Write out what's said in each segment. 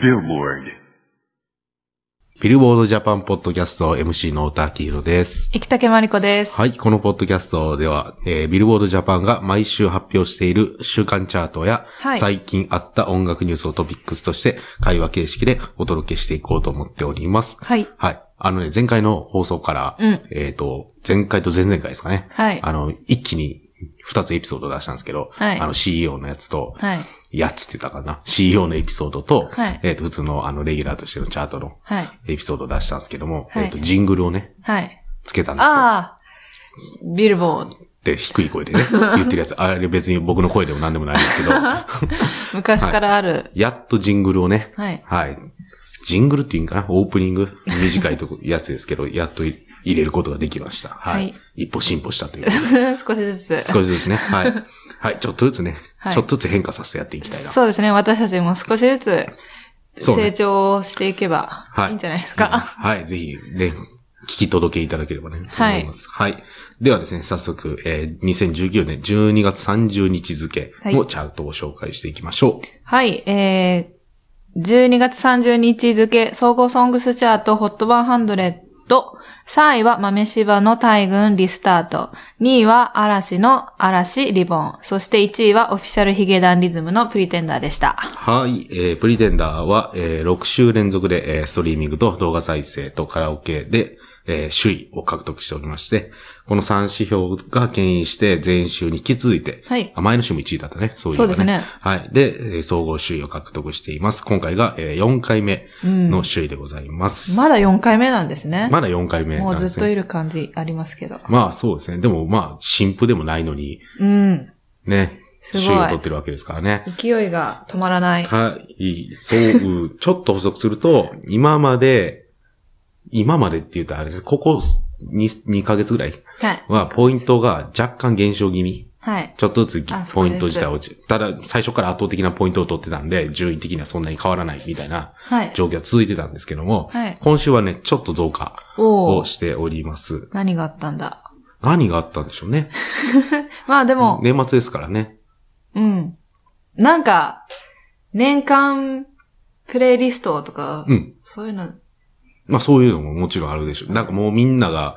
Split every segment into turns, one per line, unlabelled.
Billboard.
ビルボードジャパンポッドキャスト MC の太田明宏です。
生竹まりこです。
はい、このポッドキャストでは、えービルボードジャパンが毎週発表している週間チャートや、
はい
最近あった音楽ニュースをトピックスとして会話形式でお届けしていこうと思っております。
はい。
はい。あのね、前回の放送から、
うん
えっ、と、前回と前々回ですかね。
はい
あの、一気に二つエピソード出したんですけど、
はい
あの CEO のやつと、
はい。
やつって言ったかな。CEO のエピソードと、
はい
えっ、と、普通のあの、レギュラーとしてのチャートの
はい。
エピソードを出したんですけども、
はい
えっ、と、ジングルをね、
はい。
つけたんですよ。
ああ、ビルボード。
で、低い声 でね、言ってるやつ。あれ別に僕の声でも何でもないんですけど、
昔からある。
やっとジングルをね、
はい。
はい。ジングルっていうんかなオープニング短いとこやつですけど、 やっとい入れることができました。はい。
はい
一歩進歩したという。
少しずつ。
少しずつね。はい。はい。ちょっとずつね。
はい
ちょっとずつ変化させてやっていきたいな。
そうですね。私たちも少しずつ
そうね
成長していけば
はい
いいんじゃないですか。
はい。ぜひ、ね、聞き届けいただければね。
はい
と思います。はい。ではですね、早速、えー、2019年12月30日付のチャートを紹介していきましょう。
はい。えー、12月30日付、総合ソングスチャート HOT100。3位は豆柴の大群リスタート。2位は嵐の嵐リボン。そして1位はオフィシャルヒゲダンリズムのプリテンダーでした。
はい、えー、プリテンダーは、え6週連続で、えーストリーミングと動画再生とカラオケで、えー首位を獲得しておりまして、この3指標が牽引して前週に引き続いて、
はい
あ前の週も1位だったね、そういう
そうですね
はい。で、えー総合首位を獲得しています。今回が、え4回目の首位でございます。
まだ4回目なんですね。
まだ4回目
も
なんで
う
すね。
ずっといる感じありますけど。
まあそうですね。でもまあ、新婦でもないのに、
うん。
ね、
すごい
首位を取ってるわけですからね。
勢いが止まらない。
はい、そう、ちょっと補足すると、今まで、今までって言うとあれです。ここ 2, 2ヶ月ぐらい
はい。
は、ポイントが若干減少気味。
はい。
ちょっとず
あ
つ
そう
ポイ
です
ント自体落ち、ただ最初から圧倒的なポイントを取ってたんで、順位的にはそんなに変わらないみたいな
はい。
状況が続いてたんですけども、
はい
今週はね、ちょっと増加
お
を
お。
しております。
何があったんだ。
何があったんでしょうね。
まあでも、
年末ですからね。
うん。なんか、年間プレイリストとか、
うん。
そういうの、
まあそういうのももちろんあるでしょう。なんかもうみんなが、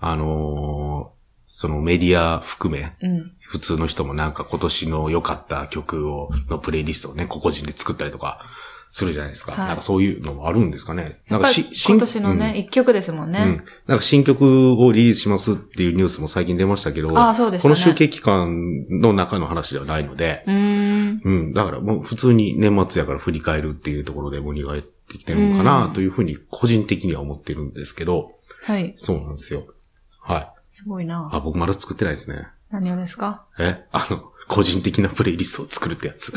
あのーそのメディア含め、
うん。
普通の人もなんか今年の良かった曲を、のプレイリストをね、個々人で作ったりとかするじゃないですか。
はい
なんかそういうのもあるんですかね。な
や
んか
っぱ
し
り今年のね、、一曲です
う
もん
んうん
ね。
なんか新曲をリリースしますっていうニュースも最近出ましたけど、
ああ、そうでし
この
たね。
集計期間の中の話ではないので、
うーん。
うん、だからもう普通に年末やから振り返るっていうところで盛り上がってきてるのか
う
なんというふうに個人的には思ってるんですけど、
はい。
そうなんですよ。はい。
すごいな。
あ、僕まだ作ってないですね。
何をですか
え あの、個人的なプレイリストを作るってやつ。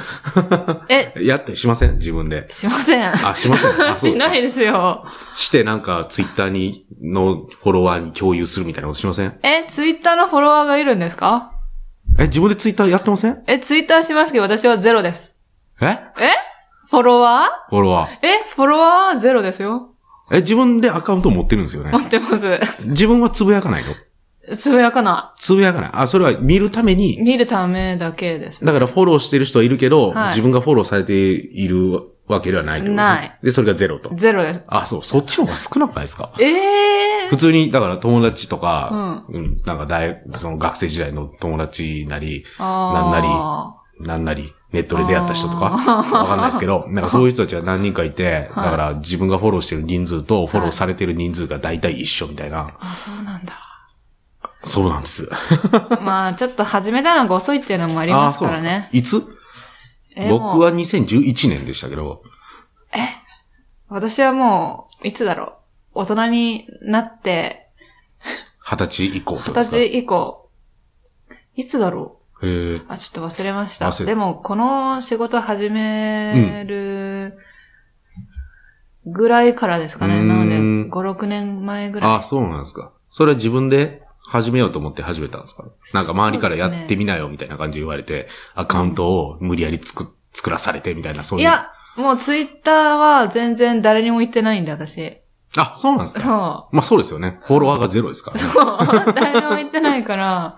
え、
やってしません自分で。
しません。
あ、しません。あ、そうです
し
か
な。いですよ。
してなんか、ツイッターに、のフォロワーに共有するみたいなことしません
え、ツイッターのフォロワーがいるんですか
え、自分でツイッターやってません
え、ツイッターしますけど、私はゼロです。
え
えフォロワ
フォロワー。
ーえ、フォロワーゼロですよ。
え、自分でアカウント持ってるんですよね
持。ってます。
自分はつぶやかないの
つぶやかな
つぶやかない。あ、それは見るために
い。、見るためだけです。
だからフォローしてる人はいるけど、
はい
自分がフォローされているわけではないってことですね
ない
で、それがゼロと。
ゼロです。
あ、そう、そっちの方が少なくないですか
ええ
普通に、だから友達とか、うん、なんか大、その学生時代の友達なり、なんなり、
あ
なんなり、ネットで出会った人とか、わかんないですけ ど、なんかそういう人たちは何人かいて、だ
はい
から自分がフォローしてる人数とフォローされてる人数が大体一緒みたいな。
ーあ、そうなんだ。
そうなんです。
まあ、ちょっと始めたのが遅いっていうのもあり
あ
ま
ー、
す
そう
か
な
ら
んです
ね
か。。いつ
え
僕
もう
は2011年でしたけど、
私はもう、いつだろう。大人になって、
20歳以降ってこと
二
で
十
すか。へ
歳以降、いつだろ
ー
う。あ、ちょっと忘れまし
忘れ
た。
た
でも、この仕事始めるぐらいからですか
う
ね。
ーん
なので、5、6年前ぐら
あ
い。
そうなんですか。それは自分で始めようと思って始めたんですかなんか周りから
そうですね
やってみなよみたいな感じで言われて、アカウントを無理やり作、作らされてみたいな、そう
い
いう。
や、もうツイッターは全然誰にも言ってないんで、私。
あ、そうなんですか。
そ
まあそうですよね。フォロワーがゼロですから、
う。
ね。
そう。 誰にも言ってないから。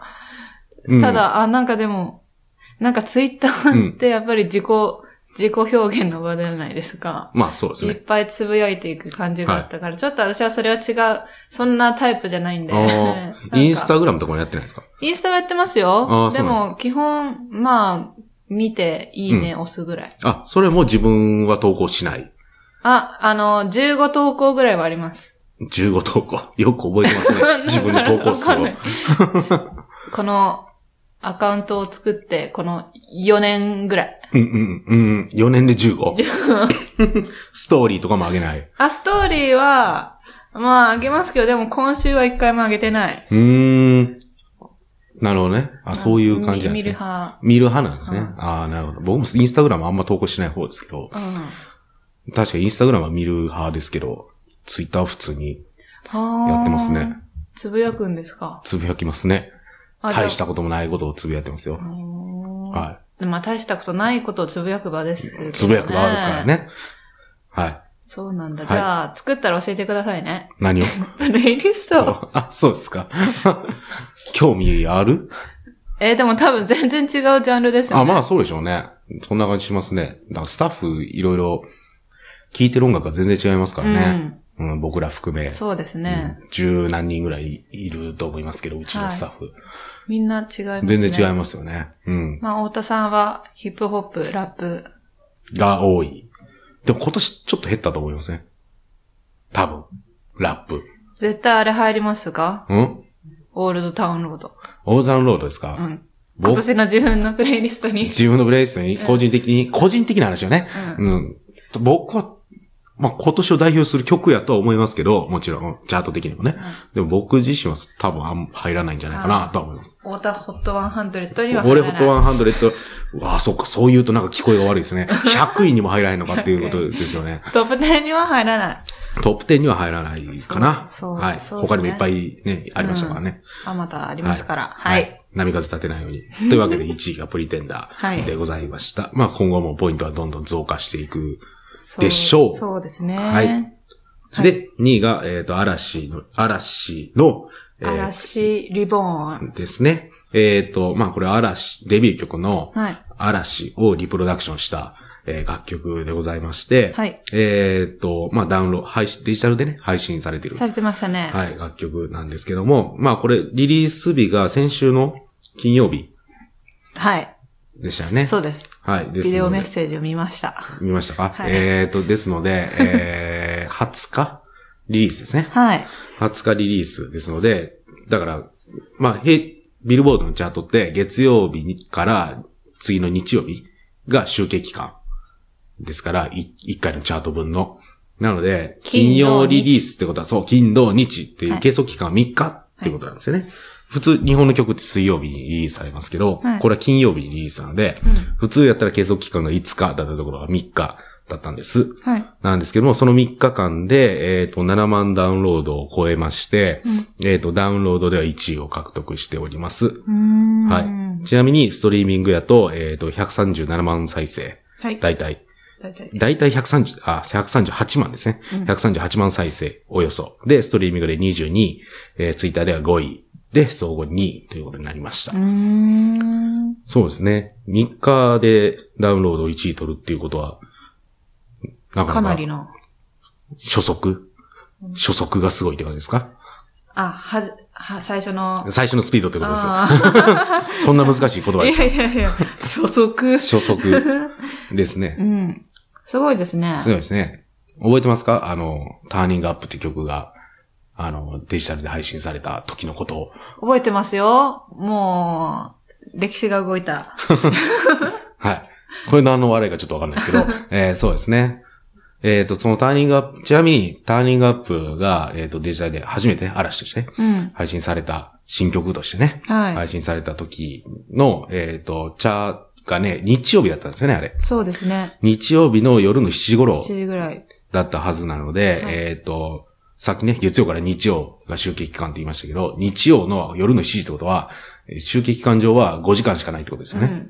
うん
た、だ、あ、なんかでも、なんかツイッターってやっぱり自己自己表現の場じゃないですか。
まあそうです
いっ
ね。
ぱいつぶやいていく感じだったから、ちょっと私はそれは違う、そんなタイプじゃないんで。
あ
なん
あ、
か
インスタグラムとかもやってないですか
インスタはやってます
あ
よ
ー。
で
そうなんで
も、基本、まあ、見て、いいね、押すぐらい。
あ、それも自分は投稿しない。
あ、あの、15投稿ぐらいはあります。。
15投稿。 よく覚えてますね 自分の投稿数
わかん
を
な。い この、アカウントを作って、この4年ぐらい。
うんうんうん。4年で 15。ストーリーとかも上げない。
あ、ストーリーは、まあ、あげますけど、でも今週は一回もあげてない。
うーん。なるほどね。あ、そういう感じなん
見
です
見る
ね。
派。
見る派なんですね。
うん
ああ、なるほど。僕もインスタグラムあんま投稿しない方ですけど、
うん。
確かにインスタグラムは見る派ですけど、ツイッターは普通に
は
やってますね。
つぶやくんですか
つぶやきますね。大し。
じゃ
たこともないことをつぶやいてますよ
あ。は
は
まあ、大したことないことをつぶやく場です、
い。つぶやく側ですから。ね。はい。
そうなんだ。
はい
じゃあ、作ったら教えてくださいね。
何を
プレイリスト。
あ、そうですか。興味ある
えーでも多分全然違うジャンルですよね。
あ、まあそうでしょうね。そんな感じしますね。だからスタッフいろいろ聞いてる音楽が全然違いますからね。うん僕ら含め
うん。。そうですね。
うん十何人ぐらいいると思いますけど、うちのスタッフ。
みんな違いますね。
全然違い
ま
ますよね。うん。
あ、太田さんはヒップホップ、ラップ。
が多い。でも今年ちょっと減ったと思いますね。多分。ラップ。
絶対あれ入りますか
うん
オールドタウンロード。
オールダウンロードですか、
うん。今
僕
年の自分のプレイリストに。
自分のブレイスに、個人的に、個人的な話よね。
うん。
うん。僕は、まあ、今年を代表する曲やとは思いますけど、もちろん、チャート的にもね。でも僕自身は多分あん入らないんじゃないかなとは思います。
太田ホット100には入
俺
らな
ホッ
い。
トワンハンドレッド、うわあ、そっか、そう言うとなんか聞こえが悪いですね。100位にも入らないのかっていうことですよね。
トップ10には入らない。
トップ10には入らないかな。
そうそう
はい。
そうです
他
ね
にもいっぱいね、ありましたからね。
あまたありますから。はい。
波風立てないように。というわけで1位がプリテンダーでございました。まあ今後もポイントはどんどん増加していく
そ
でしょう
そうですね。
はい
はい
で、2位が、えっ、と、嵐の、嵐の、えー
嵐リボーン。
ですね。えっ、と、まあ、これ嵐、デビュー曲の
はい。
嵐をリプロダクションした、えー楽曲でございまして、
はい。
えっ、と、まあ、ダウンロード、配信、デジタルでね、配信されてる、
されてましたね。
はい、楽曲なんですけども、まあ、これ、リリース日が先週の金曜日
はい。
でしたよね。
そうです。
はい、ですので
ビデオメッセージを見ました。
見ましたか、
はい
えっ、と、ですので、えー、20日 リリースですね。
はい。
20日リリースですので、だから、まあ、へビルボードのチャートって月曜日にから次の日曜日が集計期間ですから、1回のチャート分の。なので、
金
金
曜
曜
日
リリースってことは、そう、金土日ってい
は
う
い
計測期間は3日ってことなんですよね。普通、日本の曲って水曜日にリリースされますけど、
はい
これは金曜日にリリースなので、
うん
普通やったら計測期間が5日だったところが3日だったんです。
はい。
なんですけども、その3日間で、えっ、と、7万ダウンロードを超えまして、えっ、と、ダウンロードでは1位を獲得しております。
うーん。
はい。ちなみに、ストリーミングやと、えっ、と、137万再生。
はい。
だいたい。
大体。
だいたい130、あ、138万ですね。138万再生、およそ。で、ストリーミングで22位、えー、ツイッターでは5位。で、総合2位ということになりました。
うーん。
そうですね。3日でダウンロード1位取るっていうことは、なか
か
な
な
か
りの。
初速初速がすごいって感じですか
あ、はず、は、最初の。
最初のスピードってことです。
あ
そんな難しい言葉
あ。
で
い
した。
やいやいや、初速。
初速です
う
ね。
ん。すごいですね。
すごいですね。覚えてますかあの、ターニングアップって曲が、あの、デジタルで配信された時のことを。
覚えてますよ。もう、歴史が動いた。
はい。これ何の笑いかちょっとわかんないですけ ど、えーそうですね。えっ、と、そのターニングアップ、ちなみにターニングアップが、えっ、と、デジタルで初めて嵐として
うん。
配信された新曲としてね、
はい。
配信された時の、えっ、と、チャーがね、日曜日だったんですよね、あれ。
そうですね。
日曜日の夜の7時頃
7時ぐらい。
だったはずなので、
はい
えっ、と、さっきね、月曜から日曜が集計期間って言いましたけど、日曜の夜の7時ってことは、えー集計期間上は5時間しかないってことです
う
よね。
ん。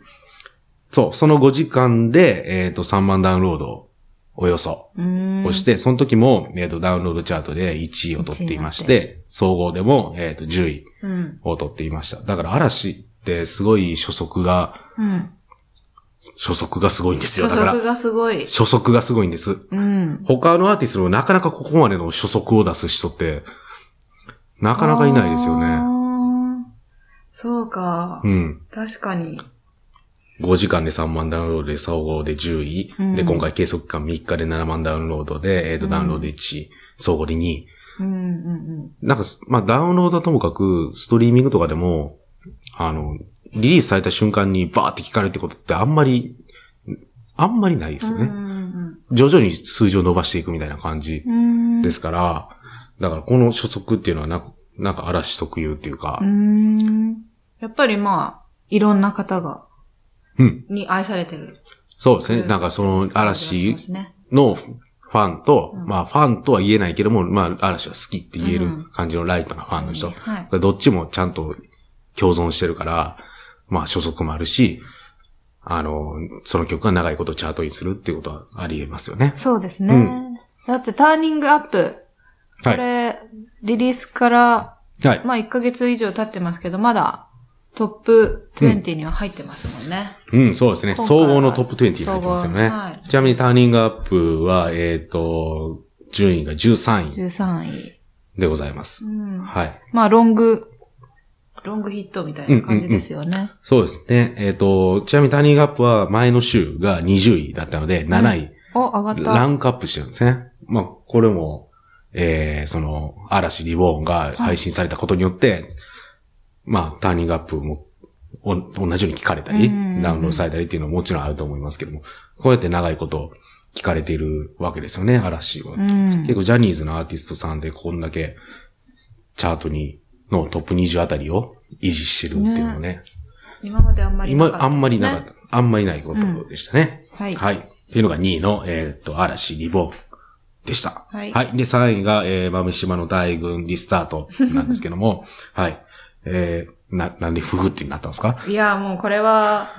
そう、その5時間で、えっ、と、3万ダウンロード、およそ、
うーん
をして、その時も、えっ、と、ダウンロードチャートで1位を取っていまして、総合でも、えっ、と、10位
うん。
を取っていました。だから、嵐ってすごい初速が
うん。
初速がすごいんですよ。
初
だから
速、がすごい。
初速がすごいんです。
うん。
他のアーティストもなかなかここまでの初速を出す人って、な
な
かなかいないですよね。
ね。そうか。
うん。
確かに。
5時間で3万ダウンロードで、総合で10位。
うん
で、今回計測期間3日で7万ダウンロードで、えっ、と、
うん
ダウンロード1位、総合で2位。
うんうん
なんかす、まあ、ダウンロードはともかく、ストリーミングとかでも、あの、リリースされた瞬間にバーって聞かれるってことってあんまり、あんまりないです
うん。
よ
うん
ね。徐々に数字を伸ばしていくみたいな感じ
うんうん。
ですから、だからこの初速っていうのはな、なんか嵐特有っていうか
うー、ん。やっぱりまあ、いろんな方が、
うん。
に愛されてる。
そうですね。
うん
なんかその
感じ
嵐
がしますね
のファンと、
うん
まあファンとは言えないけども、まあ嵐は好きって言え
う
る
ん
感じのライトなファンの人。
はい。
どっちもちゃんと共存してるから、まあ所属もあるし、あの、その曲が長いことチャートにするっていうことはあり得ますよね。
そうですね。
うん
だって、ターニングアップ。
は
こ
い。
れ、リリースから、
はい。
まあ、1ヶ月以上経ってますけど、まだ、トップ20には入ってますもんね。
うん、そうですね。
今回
総
は
合のトップ20に入ってますよね。
総合はい
ちなみにターニングアップは、えっ、と、順位が13位
13位。
でございます。
うん。
はい。
まあ、ロング、ロングヒットみたいな感じですよね。
そうですね。えっ、と、ちなみにターニングアップは前の週が20位だったので、7位、
お、上が
ラ
っ
ンクアップしてるんですね。まあ、これも、えー、その、嵐リボーンが配信されたことによって、まあ、ターニングアップも、お同じように聞かれたり、
うんうんうん
ダウンロードされたりっていうのはもちろんあると思いますけども、こうやって長いこと聞かれているわけですよね、嵐は。
た。うん
結。構ジャニーズのアーティストさんでこんだけチャートに、のトップ20あたりを維持してるっていうのね
今まであんまりな
今、
かった、
あんまりなかった。あんまりないことでしたね。
うんはい
はい。っていうのが2位の、えーっと、嵐、リボンでした。
はい
で、3位が、えー、豆島の大群リスタートなんですけど も、はい。えー、な、なんでフグってなったんですか
いや、もうこれは、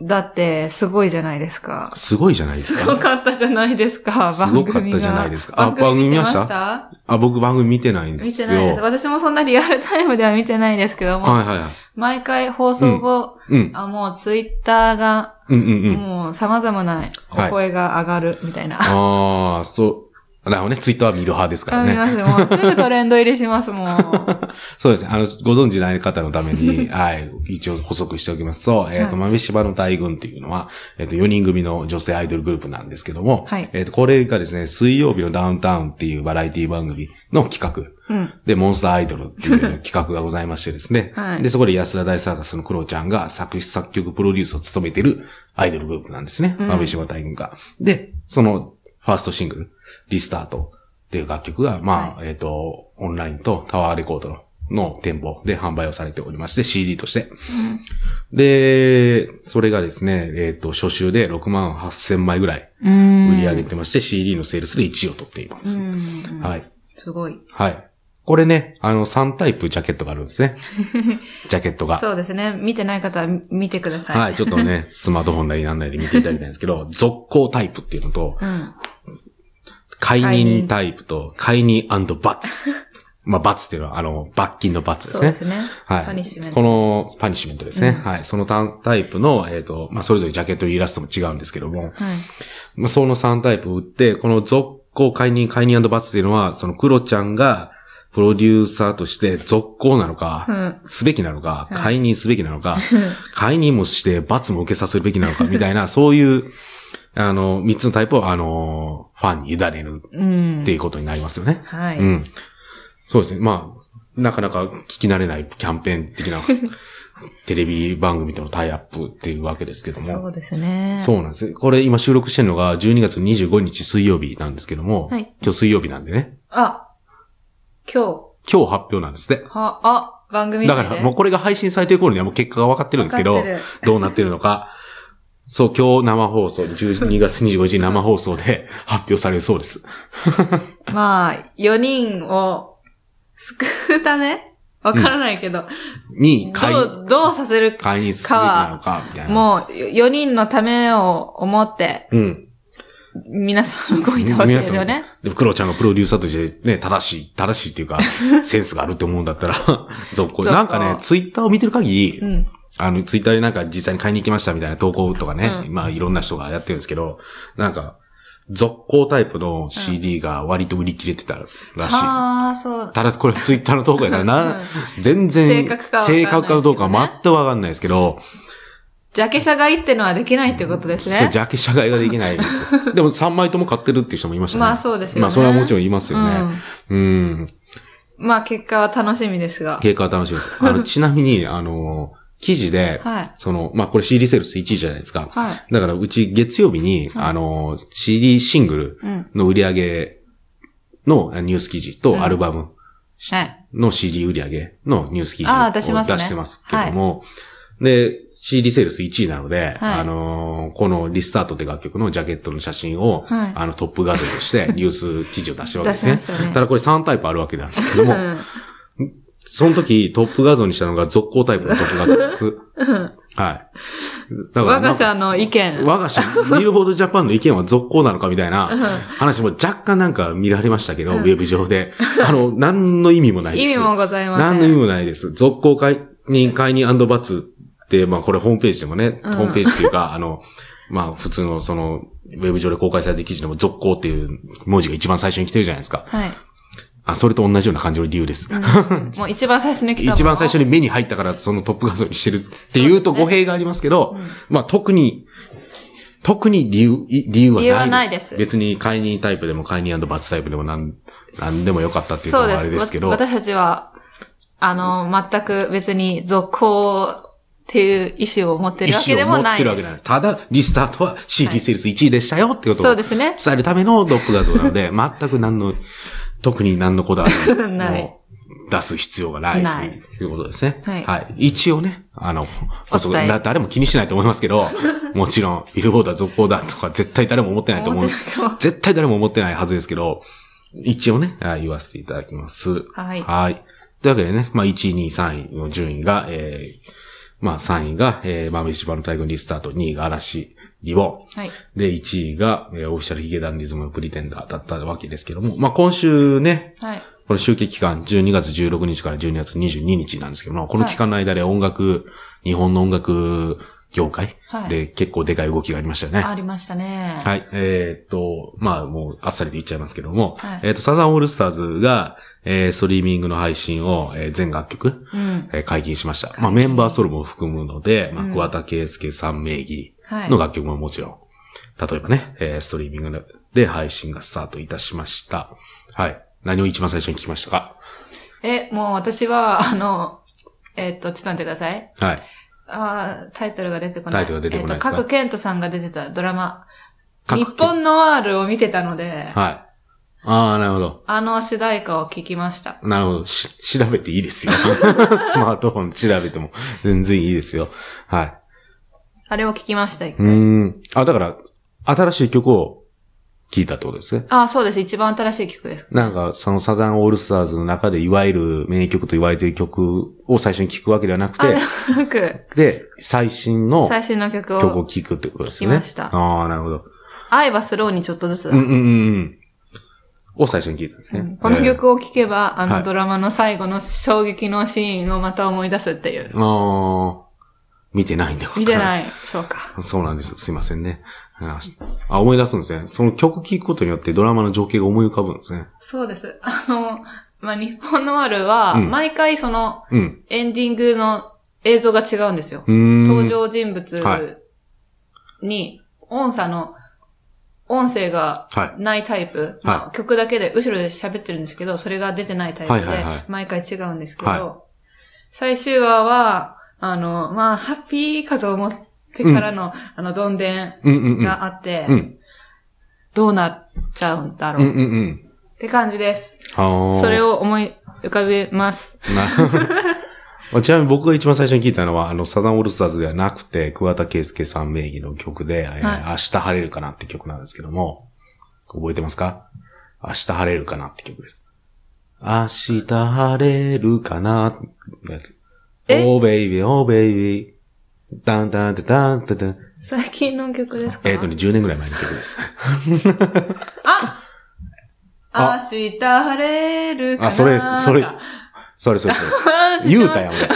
だって、すごいじゃないですか。
すごいじゃないです
す
か。
ごかったじゃないです か、
すごかったじゃないですかあ
番組が
番組見ました
番
あ、僕番組見てないんで
組見てますした見
よ。
てないです。私もそんなリアルタイムでは見てないですけども、
はいはいはい。
毎回放送後、
うん。
あもうツイッターが、
うんうんうん。
もう様々なお声が上がるみたいな。
ああ、そう。なるほどね。ツイッターは見る派ですから
あ見
ね。
ます。もうすぐトレンド入りします、もう。
そうですね。あの、ご存知ない方のため に、はい、一応補足しておきますと、えっ、と、豆柴の大群っていうのは、えっ、と、4人組の女性アイドルグループなんですけども、
はい
えっ、と、これがですね、水曜日のダウンタウンっていうバラエティ番組の企画。
うん。
で、モンスターアイドルっていう企画がございましてですね。
はい
で、そこで安田大サーカスのクロちゃんが作詞作曲プロデュースを務めてるアイドルグループなんですね。
うん
まぶしば大群が。で、そのファーストシングル、リスタートっていう楽曲が、まあ、えっ、と、オンラインとタワーレコードのの店舗で販売をされておりまして、CD として。で、それがですね、えっ、と、初週で6万8000枚ぐらい
うん。
売り上げてまして、CD のセールスで1位を取っています。
うん。
はい。
すごい。
はい。これね、あの、3タイプジャケットがあるん ですね。ジャケットが。
そうですね。見てない方は見てください。
はい、ちょっとね、スマートフォンなりなんなりで見ていただきたいんですけど、続行タイプっていうのと、
うん。
解任タイプと、解任 罰。まあ、罰っていうのは、あの、罰金の罰で
そ
す
うで
ね。
すね。
はい。
パニッシュメント。
こ、の、パニッシュメントですね。
うん
はい。その単タイプの、えっ、と、まあ、それぞれジャケットイラストも違うんですけども、
はい。
まあ、その3タイプ売って、この続行解任、解任罰っていうのは、そのクロちゃんが、プロデューサーとして続行なのか、
うん。
すべきなのか、
はい
解任すべきなの か、解任もして罰も受けさせるべきなのか、みたいな、そういう、あの、三つのタイプを、あの、ファンに委ねる
うん。
っていうことになりますよね。。
はいう
ん。そうですね。まあ、なかなか聞き慣れないキャンペーン的 な、テレビ番組とのタイアップっていうわけですけど
そ
も。
うですね。
そうなんですね。これ今収録してるのが12月25日水曜日なんですけども、
はい
今日水曜日なんでね、
あ、今日、
今日発表なんですって。
は、あ、番組
だから、もうこれが配信されてる頃にはもう結果が分かってるんですけ
わ
ど
かってる、
どうなってるのか。そう、今日生放送、12月25日生放送で発表されるそうです。
う。まあ、4人を救うためわからないけど、
に、解
どう、どうさせるか。
解任すべきなのか、みたいな。
もう、4人のためを思って、
う、うん。
皆さん動いたわけですよね。
でも、黒ちゃんがプロデューサーとしてね、正しい、 正しいっていうか、センスがあるって思うんだったら、続行。
続行
なんかね、ツイッターを見てる限り、
うん。
あの、ツイッターでなんか実際に買いに行きましたみたいな投稿とかね、
う
まあいろんな人がやってるんですけど、なんか、続行タイプの CD が割と売り切れてたらしい。
ああ、そう。
ただこれツイッターの投稿やからな、 全
正
然
確かはわかんないですけどね
正確かどうかは全くわかんないですけど、
ジャケ社買いってのはできないってことです
そう
ね。
ジャケ社外ができないんです よ。でも3枚とも買ってるっていう人もいましたね。
まあそうですよね
まあそれはもちろんいますよね。うん。
まあ結果は楽しみですが。
経過は楽しい です。あの、ちなみに、あの、記事で、
はい
その、まあこれ CD セールス1位じゃないですか。
はい。
だからうち月曜日に、あの、CD シング
うん。
ルの売り上げのニュース記事とアルバム
はい。
の CD 売り上げのニュース記事
あー
を
出
出
しますね
してますけども、で、CD セールス1位なので、あのーこのリスタートって楽曲のジャケットの写真を、
はい
あのトップ画像と してニュース記事を出したわけですね
出しましたね
ただこれ3タイプあるわけなんですけど
う
も、
ん。
その時トップ画像にしたのが続行タイプのトップ画像 です。はい。だな
我が
んか
社の意見。
我が社、ビルボードジャパンの意見は続行なのかみたいな話も若干なんか見られましたけど、ウェブ上で。あの、何の意味もない
意
です。
味もございませ
何
ん。
の意味もないです。続行会に、会にバツって、まあこれホームページでもね、
うん
ホームページっていうか、あの、まあ普通のその、ウェブ上で公開されてる記事でも続行っていう文字が一番最初に来てるじゃないですか。
はい。
あ、それと同じような感じの理由です。
もう一番最初に来 た
一番最初
に。
に目に入ったからそのトップ画像にしてるっていうと
そうですね
語弊がありますけど、まあ特に、特に理由、い理由はないです。
理由はないです
別に解任タイプでも解任バツタイプでもなん、なんでもよかったっていうと
そ
ころ
うで
はあれ
す。
ですけど。
わ私たちは、あの、全く別に続行っていう意思を持ってるわけでもない
意思を持ってるわけ
で
なん
す
です。ただ、リスタートは CD セールス1位でしたよってことを
そうですね
伝えるためのドップ画像なの で、全く何の、特に何のこだわり
ない
も出す必要がな
ない
いということですね。
はい
一応ね、あの、
お伝え
だ誰も気にしないと思いますけど、 もちろん、ビルボーダー続行だとか絶対誰も思ってないと思う
思ってない。
絶対誰も思ってないはずですけど、一応ね、はい言わせていただきます。
はい
はい。というわけでね、まあ、1位、2位、3位の順位が、えー、まあ、3位が、えー、豆柴の大群リスタート、2位が嵐、リボン。
はい。
で、1位が、えー、オフィシャルヒゲダンディズムのプリテンダーだったわけですけども、まあ、今週ね、
はい。
この集計期間、12月16日から12月22日なんですけども、この期間の間で音楽、日本の音楽業界
はい
で結構でかい動きがありましたよね。
ありましたね。
はい。えーっと、まあ、もう、あっさりと言っちゃいますけども、
はい
えーっと、サザンオールスターズが、えーストリーミングの配信を、えー全楽曲、
うん。
えー解禁しました。まあ、メンバーソロも含むので、まあ、桑田圭介さん名義
はい
の楽曲ももちろん、例えばね、えーストリーミングで配信がスタートいたしました。はい。何を一番最初に聞きましたか
え、もう私は、あの、えっと、ちょっと待ってください。
はい。
あータイトルが出てこな
タ
い。
イトルが出てこない
えっ
で
と、
すか
角健人さんが出てたドラマ。
各
日本のワールを見てたので、
はい。ああ、なるほど。
あの主題歌を聞きました。
なるほど。し、調べていいです よ。スマートフォン調べても全然いいですよ。はい。
あれを聞きました。
うーん。あ、だから、新しい曲を聴いたってことですね。
あー、そうです。一番新しい曲です。
なんか、そのサザンオールスターズの中で、いわゆる名曲と言われている曲を最初に聴くわけではなく
あ、で
て
も、なく、
で、最新の
最新の曲
曲を
を、
聴くってことですよね。
聞きました
ああ、なるほど。
愛はスローにちょっとずつだ
うんうんうんうん。を最初に聴いたんですね。
うんこの
えー
曲を聴けば、
は
あの
い
ドラマの最後の衝撃のシーンをまた思い出すっていう。
ああ、見てないんだよ。。
見てないい。そうか。
そうなんです。すいませんね。あー、あ思い出すんですね。その曲聴くことによってドラマの情景が思い浮かぶんですね。
そうです。あの、まあ、日本のワルは、
うん
毎回その、
うん。
エンディングの映像が違うんですよ。
うーん。
登場人
は
物
い
に、音差の、音声が
は
ないタイプ。まあ、曲だけで、後ろで喋ってるんですけど、それが出てないタイプで、
はいはいはい
毎回違うんですけど、
は
最終話は、あの、まあ、ハッピーかと思ってからの、あの、どんでん
うんうんうん。
があって、
うん。
どうなっちゃうんだ
う
ろ
ん
う
うんうん。
って感じです。
ああ。
それを思い浮かべます。
な。まあ ちなみに僕が一番最初に聞いたのは、あの、サザンオールスターズではなくて、桑田佳祐さん名義の曲で、えー
は
明日晴れるかなって曲なんですけども、覚えてますか明日晴れるかなって曲です。明日晴れるかなのやつ。
え
Oh baby, oh baby. ダンダンダダンダダン。
最近の曲ですか
えっ、とね、10年ぐらい前の曲です。
あ明
あ
日晴れるかな
あ、それです、それです。それそれそれ。
私
言うたやん、俺。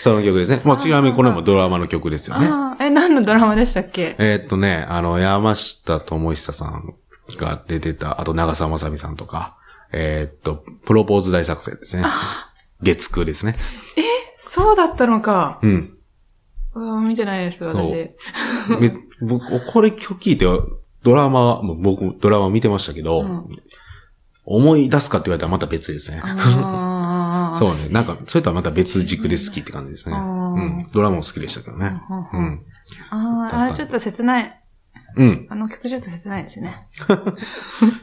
その曲ですね。もうちなみにこれもドラマの曲ですよね。
あーえ、何のドラマでしたっけ
えーっとね、あの、山下智久さんが出てた、あと長澤まさみさんとか、えーっと、プロポーズ大作戦ですね。月9ですね。
そうだったのか。
うん。
うわ見てないです、
そ
私
う。別僕、これ今日聞いて、ドラマ、もう僕、ドラマ見てましたけど、
うん
思い出すかって言われたらまた別ですね。
あ ー
そうね。なんか、それとはまた別軸で好きって感じですね。
あ
う
ー
ん。ドラマも好きでしたけどね。う
あ
ん。
あー、あれちょっと切ない。
うん。
あの曲ちょっと切ないですね。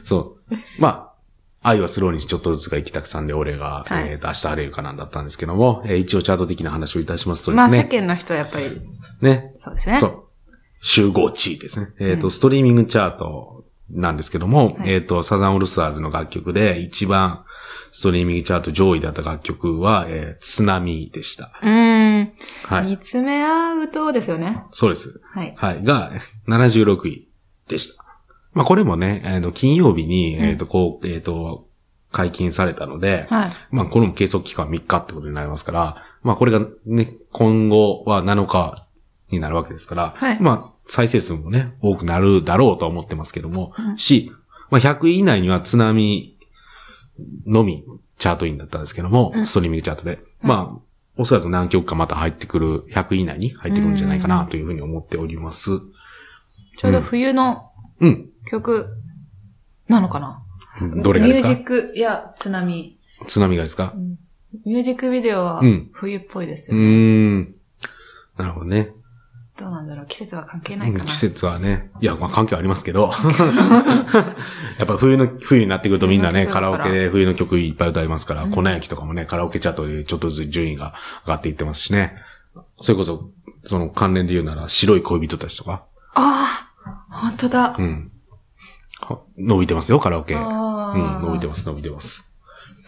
そう。まあ、愛はスローにちょっとずつが行きたくさんで、俺が、
はい
えーと明日晴れるかなんだったんですけども、えー一応チャート的な話をいたしますとで
ますあ世
ね。
間の人はやっぱり、
ね。
そうですね。
そう。集合地位ですね。えっ、と、ストリーミングチャートなんですけども、
はい
えっ、と、サザンオールスターズの楽曲で一番ストリーミングチャート上位だった楽曲は、えー津波でした。
うーん。
はい。
見つめ合うとですよね。
そうです。
はい。
はい。が、76位でした。まあ、これもね、えーと、金曜日に、
うん
えっ、と、こう、えっ、と、解禁されたので、
はい。
まあ、これも継続期間3日ってことになりますから、まあ、これがね、今後は7日になるわけですから、
はい
まあ、再生数もね、多くなるだろうとは思ってますけども、
うん
し、まあ、100位以内には津波のみチャートインだったんですけども、
うん
ストリーミングチャートで。まあ、おそらく何曲かまた入ってくる、100位以内に入ってくるんじゃないかなというふうに思っております。
ちょうど冬の
うん。
曲なのかな、
どれがです
ミュー
か
ジック、いや、津波。
津波がですか
うんミュージックビデオは
うん
冬っぽいです
う
よ
ー
ね。
ん。なるほどね。
どうなんだろう季節は関係ないかな。
うん季節はね、いや、まあ関係はありますけど、 やっぱ冬の、冬になってくるとみんなね、
冬
カ
の
ラ
曲だから
オケで冬の曲いっぱい歌いますから、
うん
粉雪とかもね、カラオケチャートでちょっとずつ順位が上がっていってますしね。それこそ、その関連で言うなら、白い恋人たちとか、
ああ本当だ。
うん。は伸びてますよ、カラオケ。うん、
あー
伸びてます、伸びてます。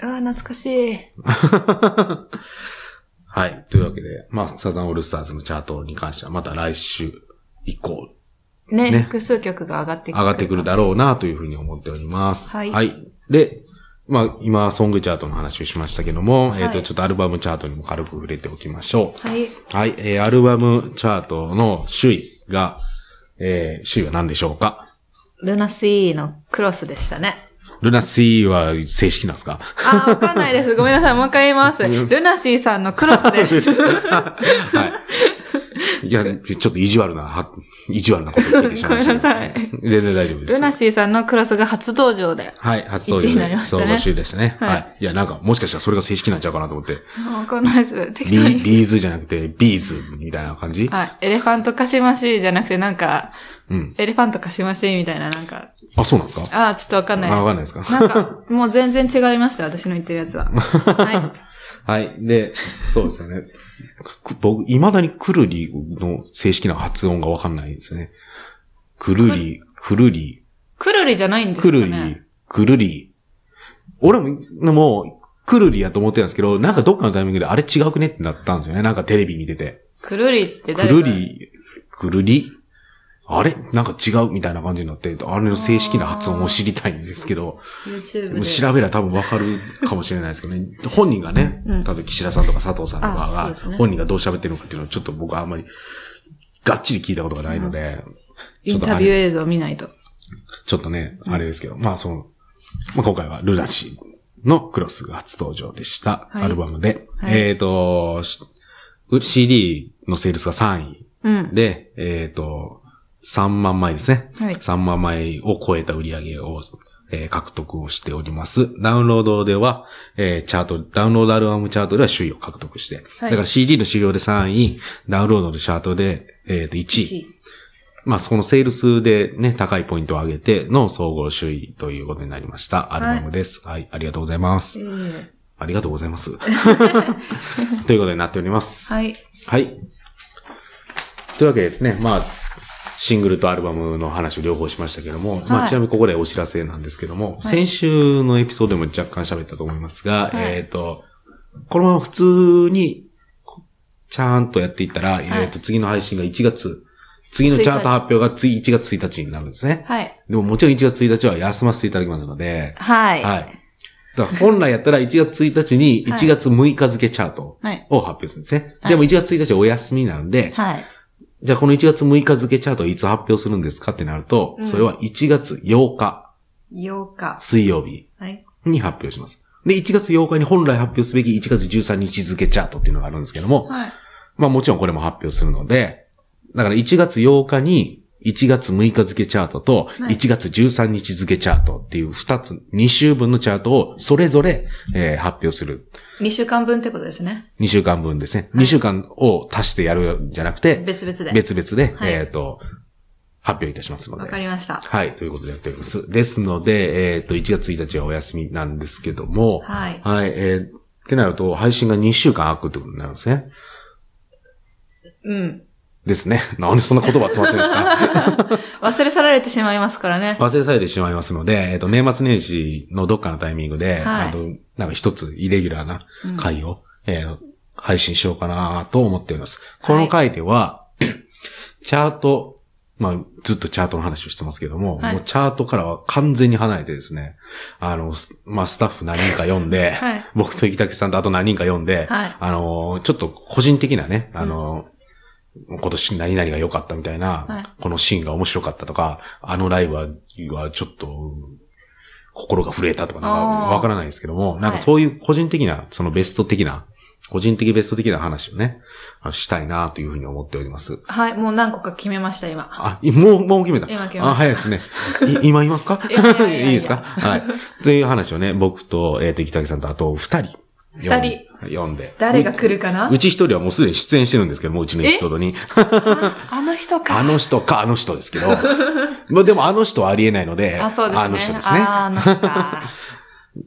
あー懐かしい。
はい。というわけで、まあ、サザンオールスターズのチャートに関しては、また来週以降
ね、
ね
複数曲が上がってくる。
上がってくるだろうなというふうに思っております。
はい
で、まあ、今、ソングチャートの話をしましたけども、
はい
えっ、と、ちょっとアルバムチャートにも軽く触れておきましょ
はい。
う。はい、えー、アルバムチャートの首位が、えー、首位は何でしょうか
ルナシーのクロスでし たね。
ルナシーは正式なんです か
あー、わかんないです。ごめんなさい。もう一回言います。
うん
ルナシーさんのクロスです。
はい。いや、ちょっと意地悪な、は意地悪なこと聞いてしまいましたけど。
ごめんなさい
全然大丈夫です。
ルナシーさんのクロスが初登場で。
はい、初登
一位に
場
なり
で
ま、したね
総合首位でしたね。
はい
はい。いや、なんか、もしかしたらそれが正式なんちゃうかなと思って。
あーわかんないです。適当
ビ
に。
ビーズじゃなくて、ビーズみたいな感じ
はい。エレファントカシマシーじゃなくて、なんか、
うん。
エレファントカシマシーみたいな、なんか、
あ、そうなんですか
あー、ちょっとわかんない。
あわかんないですか
なんか、もう全然違いました。私の言ってるや つは。は
はい。で、そうですよね。く僕、未だにクルリの正式な発音がわかんないんですよね。クルリ、クルリ、
い。クルリじゃないんです
ク
かね。
ルリ、クルリ。俺も、でも、クルリやと思ってたんですけど、なんかどっかのタイミングであれ違うくねってなったんですよね。なんかテレビ見てて。
クルリって
く
誰か
る。り、くるり、あれなんか違うみたいな感じになって、あれの正式な発音を知りたいんですけど、
YouTube
もう
で。
調べりゃ多分わかるかもしれないですけどね。本人がね、
うん
多分岸田さんとか佐藤さんとか
あそう
が
ですね、
本人がどう喋ってるのかっていうのをちょっと僕はあんまり、がっちり聞いたことがないので、
インタビュー映像見ないと。
ちょっとね、あれですけど、まあその、まあ今回はルナシーのクロスが初登場でした。
はい
アルバムで。
はい
えっ、と、しう CD のセールスが3位
うん。
で、えっ、と、3万枚ですね。
はい
3万枚を超えた売り上げを、えー獲得をしております。ダウンロードでは、えーチャート、ダウンロードアルバムチャートでは首位を獲得して。
はい
だから CD の終了で3位、ダウンロードのチャートで、えーと1位。
1位
まあ、そのセールスでね、高いポイントを上げての総合首位ということになりました。アルバムです。はい、ありがとうございます。ありがとうございます。 ということになっております。
はい。
はい。というわけでですね、まあ、シングルとアルバムの話を両方しましたけども、ま
は
あ、
い
ちなみにここでお知らせなんですけども、先週のエピソードでも若干喋ったと思いますが、
はい
えっ、と、このまま普通に、こちゃんとやっていったら、えっ、と、次の配信が1月、次のチャート発表がつい1月1日になるんですね。
はい。
でももちろん1月1日は休ませていただきますので、
はい。
はい。だから本来やったら1月1日に
はい
1月6日付チャート
はい。
を発表するんですね。
はい
でも1月1日お休みなんで、
はい。
じゃあこの1月6日付チャートいつ発表するんですかってなると、
うん
それは1月8日
8日。
水曜日
はい。
に発表します。で、1月8日に本来発表すべき1月13日付チャートっていうのがあるんですけども、
はい。
まあもちろんこれも発表するので、だから1月8日に1月6日付チャートと
はい
1月13日付チャートっていう2つ、2週分のチャートをそれぞれ、えー発表する。
2週間分ってことですね。
2週間分ですね。
はい
2週間を足してやるんじゃなくて、
別々で。
別々で、
はい
えっ、と、発表いたしますの
わ
で
か。りました。
はい、ということでやっております。ですので、えっ、と、1月1日はお休みなんですけども、
はい。
はい、えーってなると、配信が2週間空くってことになるんですね。
うん。
ですね。 なんでそんな言葉詰まってるんです か
忘れ去られてしまいますからね。
忘れされてしまいますので、えっ、と、年末年始のどっかのタイミングで、
はい
あの、なんか一つイレギュラーな回を、えー配信しようかなと思っています。この回では、チャート、まあ、ずっとチャートの話をしてますけども、
はい
もうチャートからは完全に離れてですね、あの、すまあ、スタッフ何人か読ん で、
はい。
僕と池竹さんとあと何人か読んで、
はい
あのー、ちょっと個人的なね、あのー、今年何々が良かったみたいな、
はい
このシーンが面白かったとか、あのライブははちょっと、心が震えたとか、なん
あ
か
ー
わからないですけども、なん
は
か
い
そういう個人的な、そのベスト的な、個人的ベスト的な話をね、あのしたいなというふうに思っております。
はい。もう何個か決めました、今。
あ、いもう、もう決めた。
今決めました
あ、早いですね。い今いますか
いやいやいやいや
いですかはい。という話をね、僕と、えっ、と、池竹さんとあと二人。
二人
読んで。
誰が来るかな
うち一人はもうすでに出演してるんですけども、うちのエピソードに。
ああの人か。
あの人か、あの人ですけど。 まあでもあの人はありえないので、
あ、そうですね。
あの人ですね。
ああの 人か。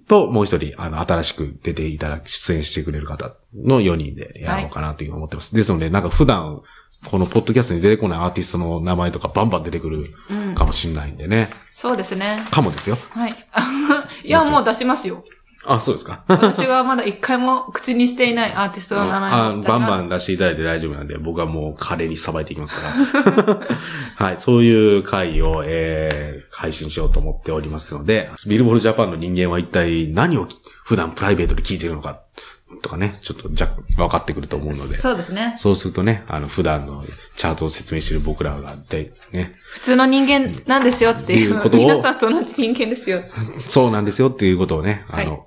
と、もう一人、あの、新しく出ていただく、出演してくれる方の4人でやろうかなというふうに思ってます。ですので、なんか普段、このポッドキャストに出てこないアーティストの名前とかバンバン出てくる
うん。
かもしれないんでね。
そうですね。
かもですよ。
はい。いや、もう出しますよ。
あ、そうですか。
私がまだ一回も口にしていないアーティストの名前
あ
を出します。
バンバン出していただいて大丈夫なんで、僕はもう華麗にさばいていきますから。 はい、そういう回を、えー、配信しようと思っておりますので、ビルボールジャパンの人間は一体何を普段プライベートで聞いてるのか、とかね、ちょっと若干分かってくると思うので、
そうですね。
そうするとね、あの、普段のチャートを説明してる僕らが、でね、
普通の人間なんですよってい
っていう
う。
ことを
皆さんと同じ人間ですよ。
そうなんですよっていうことをね、あの、
はい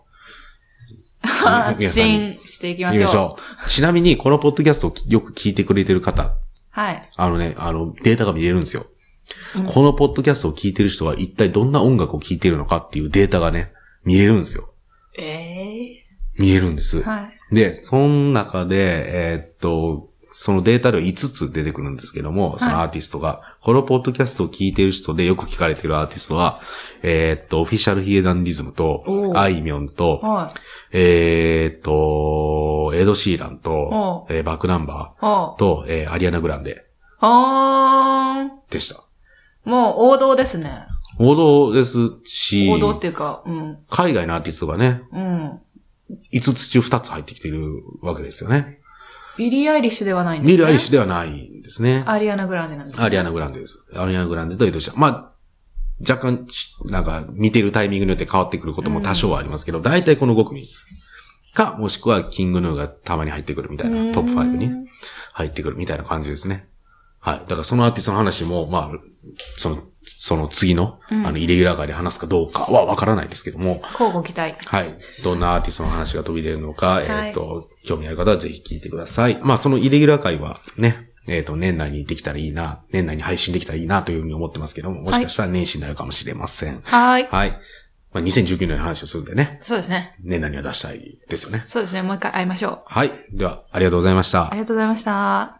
皆
発
さんに
信していきま
言いま
しょう。
しょう。ちなみに、このポッドキャストをよく聞いてくれてる方、
はい。
あのね、あの、データが見れるんですよ。
うん
このポッドキャストを聞いてる人は一体どんな音楽を聴いてるのかっていうデータがね、見れるんですよ。
ええ
見えるんです。
はい。
で、その中で、えーっと、そのデータ量5つ出てくるんですけども、そのアーティストが、このポッドキャストを聞いてる人でよく聞かれてるアーティストは、えーっと、オフィシャルヒゲダンディズムと
お、う
あいみょんと、
はい。
えーっと、エド・シーランと、
お
えーバックナンバ
お
ーと、えーアリアナ・グランデ
あーん。
でした。
もう王道ですね。
王道ですし、
王道っていうか、うん。
海外のアーティストがね、
うん。
5つ中2つ入ってきているわけですよね。
ビリー・アイリッシュではないんです、ね。
ビル・アイリッシュ
で。
ではないんですね。
アリアナ・グランデなんです、ね。
アリアナ・グランデです。アリアナ・グランデとエドシャン。まあ、若干し、なんか、見てるタイミングによって変わってくることも多少はありますけど、大体この5組か、もしくはキングヌーがたまに入ってくるみたいな、トップ5に
うん
入ってくるみたいな感じですね。はい。だからそのアーティストの話も、まあ、その、その次の、
うん
あの、イレギュラー会で話すかどうかはわからないですけども、
交互期待。
はい。どんなアーティストの話が飛び出るのか、
い
えっ、と、興味ある方はぜひ聞いてください。まあ、そのイレギュラー会はね、えっ、と、年内にできたらいいな、年内に配信できたらいいなというふうに思ってますけども、もしかしたら年始になるかもしれません。
はーい。
はい。まあ、2019年の話をするんでね、
そうですね。
年内には出したいですよね。
そうですね。もう一回会いましょう。
はい。では、ありがとうございました
あ。りがとうございました。